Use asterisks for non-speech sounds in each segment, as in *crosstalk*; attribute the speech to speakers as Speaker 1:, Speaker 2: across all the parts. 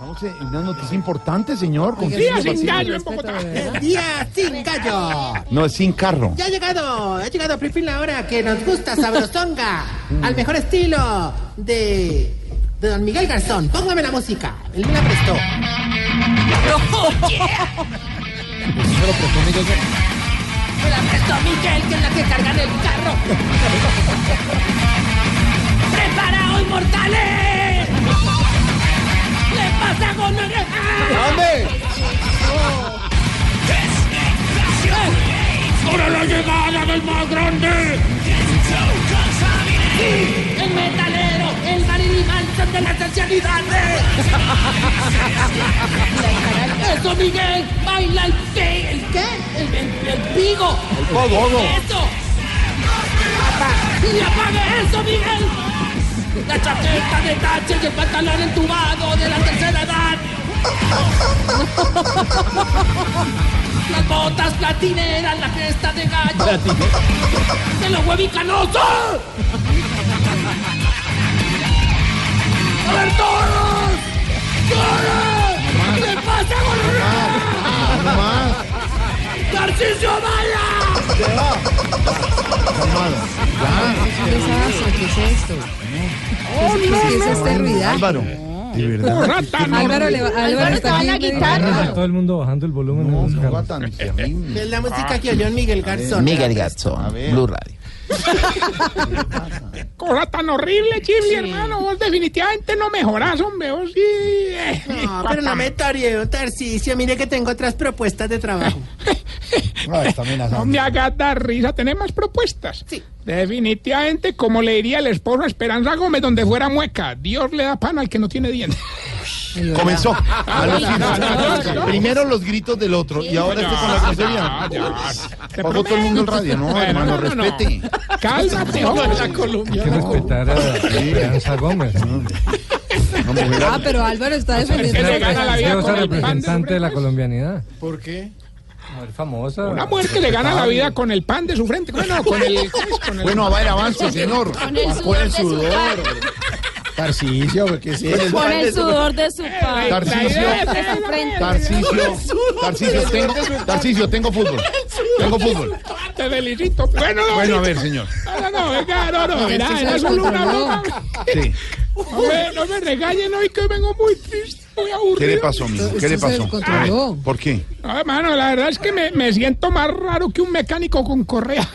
Speaker 1: Vamos en una noticia importante, señor. con
Speaker 2: Día
Speaker 1: cinco
Speaker 2: sin
Speaker 1: vacilos.
Speaker 2: gallo en Bogotá.
Speaker 3: El día sin gallo.
Speaker 1: No, es sin carro.
Speaker 3: Ya ha llegado, ha llegado por fin la hora que nos gusta Sabrosonga. al mejor estilo de, de Don Miguel Garzón. Póngame la música. Él me la prestó. Me la prestó Miguel, que es la que carga en el carro. ¡Preparaos, mortales! ¡Le pasa con la
Speaker 2: ¡Ahora la llegada del más grande!
Speaker 3: ¡El metalero! ¡El Marilyn Manson de las especialidades! ¡Eso, Miguel! ¡Baila el pe... ¿El qué? ¡El, el, el pigo! ¡El ¡Eso! ¡Y apague eso, Miguel! La chaqueta de tache y el pantalón entubado de la tercera edad. Las botas platineras, la cresta de gallo. ¡De los huevicanosos! ¡A ver todos! ¡Todos! ¡Le pasa con ¡Tarcisio Maya!
Speaker 4: ¿Qué es este ruidaje?
Speaker 1: Álvaro. De verdad.
Speaker 2: ¡Rata, no!
Speaker 4: Álvaro, le va, Álvaro está
Speaker 5: van a
Speaker 4: aquí,
Speaker 5: quitar.
Speaker 4: le-
Speaker 6: Todo el mundo bajando el volumen. en
Speaker 1: No,
Speaker 6: los
Speaker 1: no
Speaker 6: carros.
Speaker 1: va tan terrible.
Speaker 2: Pues,
Speaker 3: Es la música que oyó en Miguel Garzón.
Speaker 7: Miguel Garzón,
Speaker 1: ver.
Speaker 7: Blue Radio.
Speaker 2: ¡Cosa tan horrible, Chibli, hermano! Vos definitivamente no mejorás, hombre. Vos sí... eh,
Speaker 3: No, pero no me tareo, Tarcisio. Mire que tengo otras propuestas de trabajo.
Speaker 1: Ah, está
Speaker 2: No me
Speaker 1: amenazando.
Speaker 2: hagas dar risa, tenemos propuestas.
Speaker 3: Sí.
Speaker 2: Definitivamente, como le diría el esposo a Esperanza Gómez, donde fuera mueca, Dios le da pan al que no tiene dientes.
Speaker 1: Comenzó. A los
Speaker 2: no, no, no. ah,
Speaker 1: gritos. Primero los gritos del otro y ahora este con la
Speaker 2: Ya,
Speaker 1: grosería.
Speaker 2: ya. Te
Speaker 1: Pagó todo el mundo el radio. No,
Speaker 2: Bueno,
Speaker 1: hermano,
Speaker 2: no, no, no.
Speaker 1: respete.
Speaker 2: Cálmate, hombre. La Colombia.
Speaker 6: Hay que respetar a Esperanza Gómez. ¿no?
Speaker 1: No, mujer,
Speaker 4: Ah, pero Álvaro
Speaker 8: *laughs*
Speaker 4: está defendiendo
Speaker 2: le
Speaker 4: a
Speaker 2: gana
Speaker 4: Esperanza.
Speaker 2: la vida
Speaker 6: Yo
Speaker 2: con
Speaker 6: soy
Speaker 2: el pan
Speaker 6: representante
Speaker 2: de
Speaker 6: de la colombianidad.
Speaker 1: ¿Por qué?
Speaker 6: Mujer famosa.
Speaker 2: Una mujer que le gana la vida con el pan de su frente. Bueno, con
Speaker 1: *laughs*
Speaker 2: el. ¿cómo es? Con el-
Speaker 1: Bueno, a ver, avance, señor. Con el sudor. Tarcicio, ¿qué es eso?
Speaker 9: Con el sudor de su
Speaker 2: Pues, La
Speaker 9: padre.
Speaker 2: idea es
Speaker 1: Tarcisio.
Speaker 2: esa, hombre.
Speaker 1: Tarcicio, Tarcicio, tengo, Tarcicio, tengo fútbol. Tengo fútbol.
Speaker 2: Te felicito. Bueno, no,
Speaker 1: Bueno, a ver, señor.
Speaker 2: No, no, no, venga, no, no.
Speaker 4: esto
Speaker 2: Era,
Speaker 4: se
Speaker 2: era solo una
Speaker 4: descontroló.
Speaker 2: broma.
Speaker 1: Sí.
Speaker 2: Hombre, no me regañen hoy que vengo muy triste, muy aburrido.
Speaker 1: ¿Qué le pasó, mijo? ¿Qué le
Speaker 4: Esto se
Speaker 1: pasó?
Speaker 4: descontroló.
Speaker 1: ¿Por qué?
Speaker 2: No, hermano, la verdad es que me, me siento más raro que un mecánico con correa.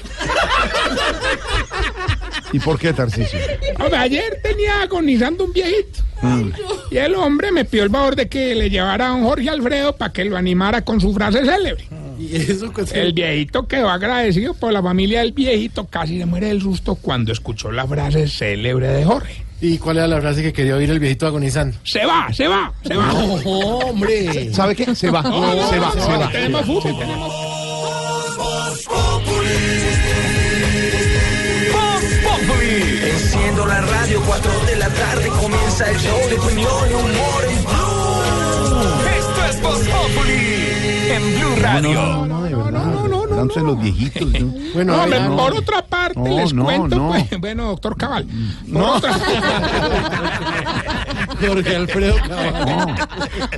Speaker 1: ¿Y por qué, Tarcicio?
Speaker 2: Hombre, ayer tenía agonizando un viejito. Y el hombre me pidió el favor de que le llevara a don Jorge Alfredo para que lo animara con su frase célebre. El viejito quedó agradecido por la familia del viejito, casi se muere del susto cuando escuchó la frase célebre de Jorge.
Speaker 3: ¿Y cuál era la frase que quería oír el viejito agonizando?
Speaker 2: Se va, se va, se va.
Speaker 3: ¡Hombre!
Speaker 1: ¿Sabe qué? Se va, se va, se va.
Speaker 2: Tenemos fútbol, tenemos
Speaker 10: Enciendo la radio, 4 de la tarde comienza el show de opinión y humor en Blue. Esto es Voz Populi en Blue Radio.
Speaker 1: No, de verdad. Dándose los viejitos. ¿no?
Speaker 3: Bueno,
Speaker 2: No,
Speaker 3: a ver,
Speaker 2: hombre,
Speaker 3: no.
Speaker 2: por otra parte,
Speaker 1: No,
Speaker 2: les
Speaker 1: no,
Speaker 2: cuento,
Speaker 1: no.
Speaker 2: pues, bueno, doctor Cabal, no.
Speaker 1: Jorge Alfredo.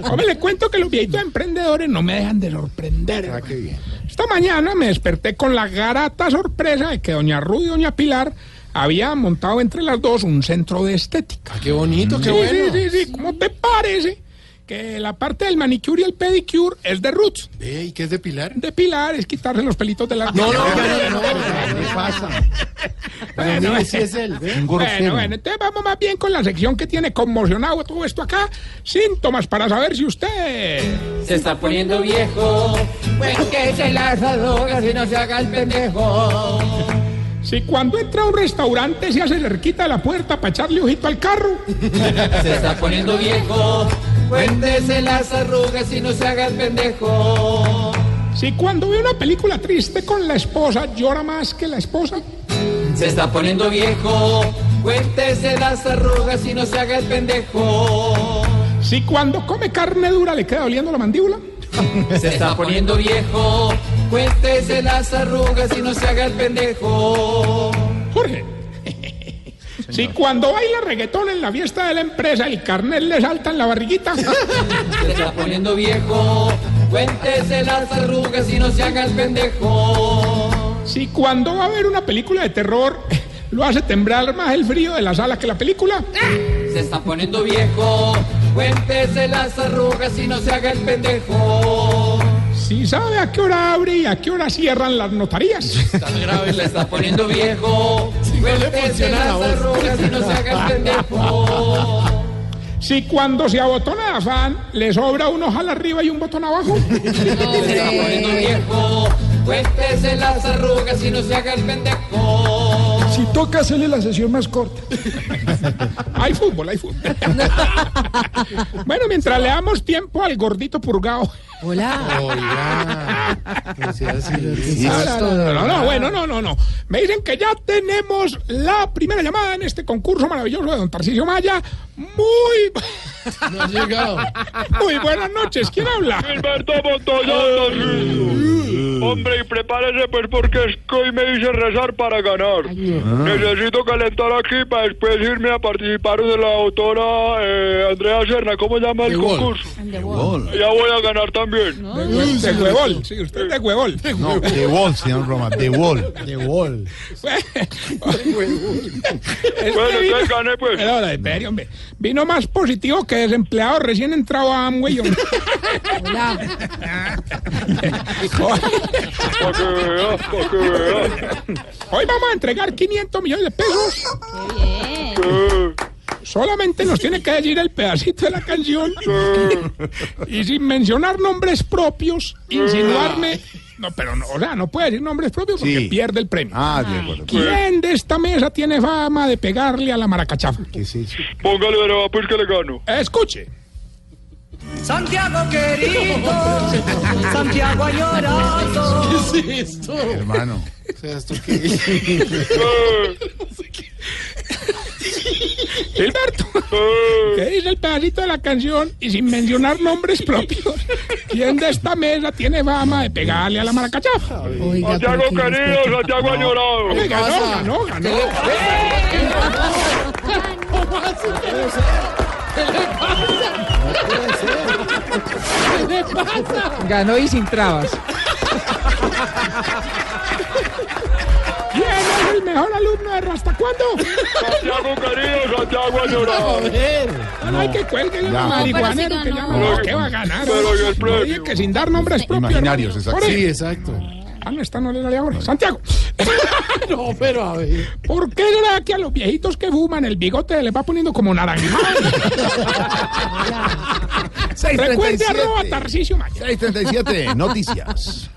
Speaker 2: hombre, les cuento que los viejitos emprendedores no me dejan de sorprender.
Speaker 1: Ah,
Speaker 2: Esta mañana me desperté con la garata sorpresa de que doña Ruth y doña Pilar habían montado entre las dos un centro de estética.
Speaker 3: ¡Qué bonito, qué
Speaker 2: sí,
Speaker 3: bueno!
Speaker 2: sí, sí, sí, ¿cómo te parece? Que la parte del manicure y el pedicure es de Ruth.
Speaker 3: Ve, ¿Y qué es de Pilar?
Speaker 2: De Pilar es quitarle los pelitos de la *laughs*
Speaker 3: No, no, no, no, no,
Speaker 1: ¿Qué pasa?
Speaker 3: Bueno, mire, sí es él, ve.
Speaker 1: Un
Speaker 2: Bueno,
Speaker 1: grosero.
Speaker 2: bueno, entonces vamos más bien con la sección que tiene conmocionado todo esto acá. Síntomas para saber si usted.
Speaker 10: Se está poniendo viejo. Cuéntese las drogas y no se haga el pendejo.
Speaker 2: Si cuando entra a un restaurante se hace cerquita de la puerta para echarle ojito al carro.
Speaker 7: Se está poniendo viejo. Cuéntese las arrugas y no se haga el pendejo.
Speaker 2: Si cuando ve una película triste con la esposa llora más que la esposa.
Speaker 7: Se está poniendo viejo. Cuéntese las arrugas y no se haga el pendejo.
Speaker 2: Si cuando come carne dura le queda doliendo la mandíbula.
Speaker 7: Se está poniendo viejo. Cuéntese las arrugas y no se haga el pendejo.
Speaker 2: Jorge. Si cuando baila reggaetón en la fiesta de la empresa el carnel le salta en la barriguita.
Speaker 7: *laughs* Se está poniendo viejo. Cuéntese las arrugas y no se haga el pendejo.
Speaker 2: Si cuando va a ver una película de terror lo hace temblar más el frío de la sala que la película.
Speaker 7: Se está poniendo viejo. Cuéntese las arrugas y no se haga el pendejo.
Speaker 2: Si sabe a qué hora abre y a qué hora cierran las
Speaker 7: *laughs*
Speaker 2: notarías.
Speaker 7: Tan grave le está poniendo viejo. Cuéntese las arrugas y no se haga el pendejo.
Speaker 2: Si cuando se abotona de afán, le sobra un ojal arriba y un botón abajo.
Speaker 7: Se está poniendo viejo. Cuéntese las arrugas y no se haga el pendejo.
Speaker 2: Si toca hacerle la sesión más corta. hay fútbol, hay fútbol. bueno, mientras le damos tiempo al gordito purgado.
Speaker 4: Hola.
Speaker 1: Hola. No sea así,
Speaker 2: No,
Speaker 1: es
Speaker 2: no,
Speaker 1: todo,
Speaker 2: no, no, no,
Speaker 1: ¿verdad?
Speaker 2: bueno, no, no, no. Me dicen que ya tenemos la primera llamada en este concurso maravilloso de Don Tarcisio Maya. Muy,
Speaker 1: No ha llegado.
Speaker 2: muy buenas noches. ¿Quién habla?
Speaker 11: Gilberto Montoya, Tarcisio. Hombre, y prepárese pues porque es que hoy me hice rezar para ganar.
Speaker 1: Ah.
Speaker 11: Necesito calentar aquí para después irme a participar de la autora eh, Andrea Serna. ¿Cómo llama el
Speaker 1: De Wall.
Speaker 11: concurso? Ya voy a ganar también. Eh.
Speaker 2: De huevol. Sí, usted es de huevol.
Speaker 1: No, The Wall, señor Roma. The Wall. The Wall.
Speaker 11: *laughs*
Speaker 2: *laughs*
Speaker 11: Bueno,
Speaker 2: vino-
Speaker 11: entonces gané pues.
Speaker 2: Pero, la de Peri, hombre. Vino más positivo que desempleado recién entrado a Amway. hombre.
Speaker 11: Para que vea, para que vea.
Speaker 2: Hoy vamos a entregar 500 millones de pesos.
Speaker 11: Eh,
Speaker 2: Solamente nos tiene que decir el pedacito de la canción. Y sin mencionar nombres propios,
Speaker 1: Ah.
Speaker 2: insinuarme. No, pero no, o sea, no puede decir nombres propios porque
Speaker 1: Sí.
Speaker 2: pierde el premio.
Speaker 1: Ah, de acuerdo.
Speaker 2: ¿Quién de esta mesa tiene fama de pegarle a la maracachafa?
Speaker 1: ¿Qué es eso?
Speaker 11: Póngale brava pues que le gano.
Speaker 2: Escuche.
Speaker 10: Santiago querido, Santiago añorado.
Speaker 1: Hermano.
Speaker 11: Eh,
Speaker 2: Gilberto,
Speaker 11: eh,
Speaker 2: ¿qué dice el pedacito de la canción? Y sin mencionar nombres propios, ¿quién de esta mesa tiene fama de pegarle a la maracachafa?
Speaker 4: Oiga,
Speaker 11: Santiago
Speaker 4: pero qué
Speaker 11: querido, Santiago añorado.
Speaker 2: Hombre, ganó, ganó, ganó.
Speaker 10: Ganó y sin trabas.
Speaker 2: ¿Quién es el mejor alumno de Rasta? ¿Cuándo?
Speaker 11: Santiago querido, Santiago añorado.
Speaker 2: No hay que cuelgue el
Speaker 1: Ya.
Speaker 2: marihuanero que ya no.
Speaker 11: No,
Speaker 2: ¿Qué va a ganar?
Speaker 11: pero ¿y el premio?
Speaker 2: Oye, que sin dar nombres propios.
Speaker 1: Imaginarios,
Speaker 2: hermano.
Speaker 1: exacto.
Speaker 2: Jorge,
Speaker 1: exacto.
Speaker 2: Ah, no, esta no le dale ahora. Santiago,
Speaker 1: *laughs* No, pero a ver.
Speaker 2: ¿por qué será que a los viejitos que fuman el bigote les va poniendo
Speaker 1: *laughs*
Speaker 2: como naranja? Recuerde arroba Tarcicio Maya. *laughs*
Speaker 1: 637, noticias.